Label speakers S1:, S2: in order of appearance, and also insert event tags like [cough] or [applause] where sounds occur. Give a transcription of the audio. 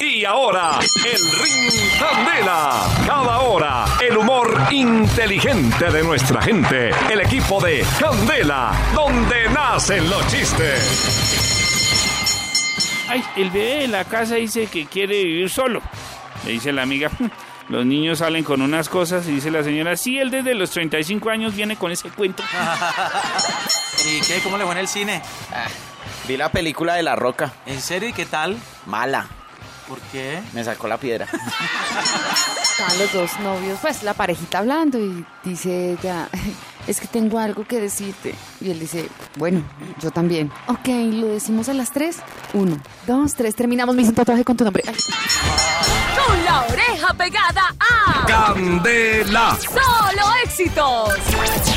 S1: Y ahora, el Ring Candela. Cada hora, el humor inteligente de nuestra gente. El equipo de Candela, donde nacen los chistes.
S2: Ay, el bebé de la casa dice que quiere vivir solo. Le dice la amiga, "Hm, los niños salen con unas cosas y dice la señora, sí, él desde los 35 años viene con ese cuento.
S3: ¿Y qué? ¿Cómo le fue en el cine?
S4: Vi la película de La Roca.
S3: ¿En serio? ¿Y qué tal?
S4: Mala.
S3: ¿Por qué?
S4: Me sacó la piedra.
S5: Estaban los dos novios, pues la parejita hablando y dice ella, [laughs] es que tengo algo que decirte. Y él dice, bueno, yo también. Ok, lo decimos a las tres. Uno, dos, tres, terminamos. Me hice un tatuaje con tu nombre. Ay.
S6: Con la oreja pegada a
S1: Candela.
S6: Solo Éxitos.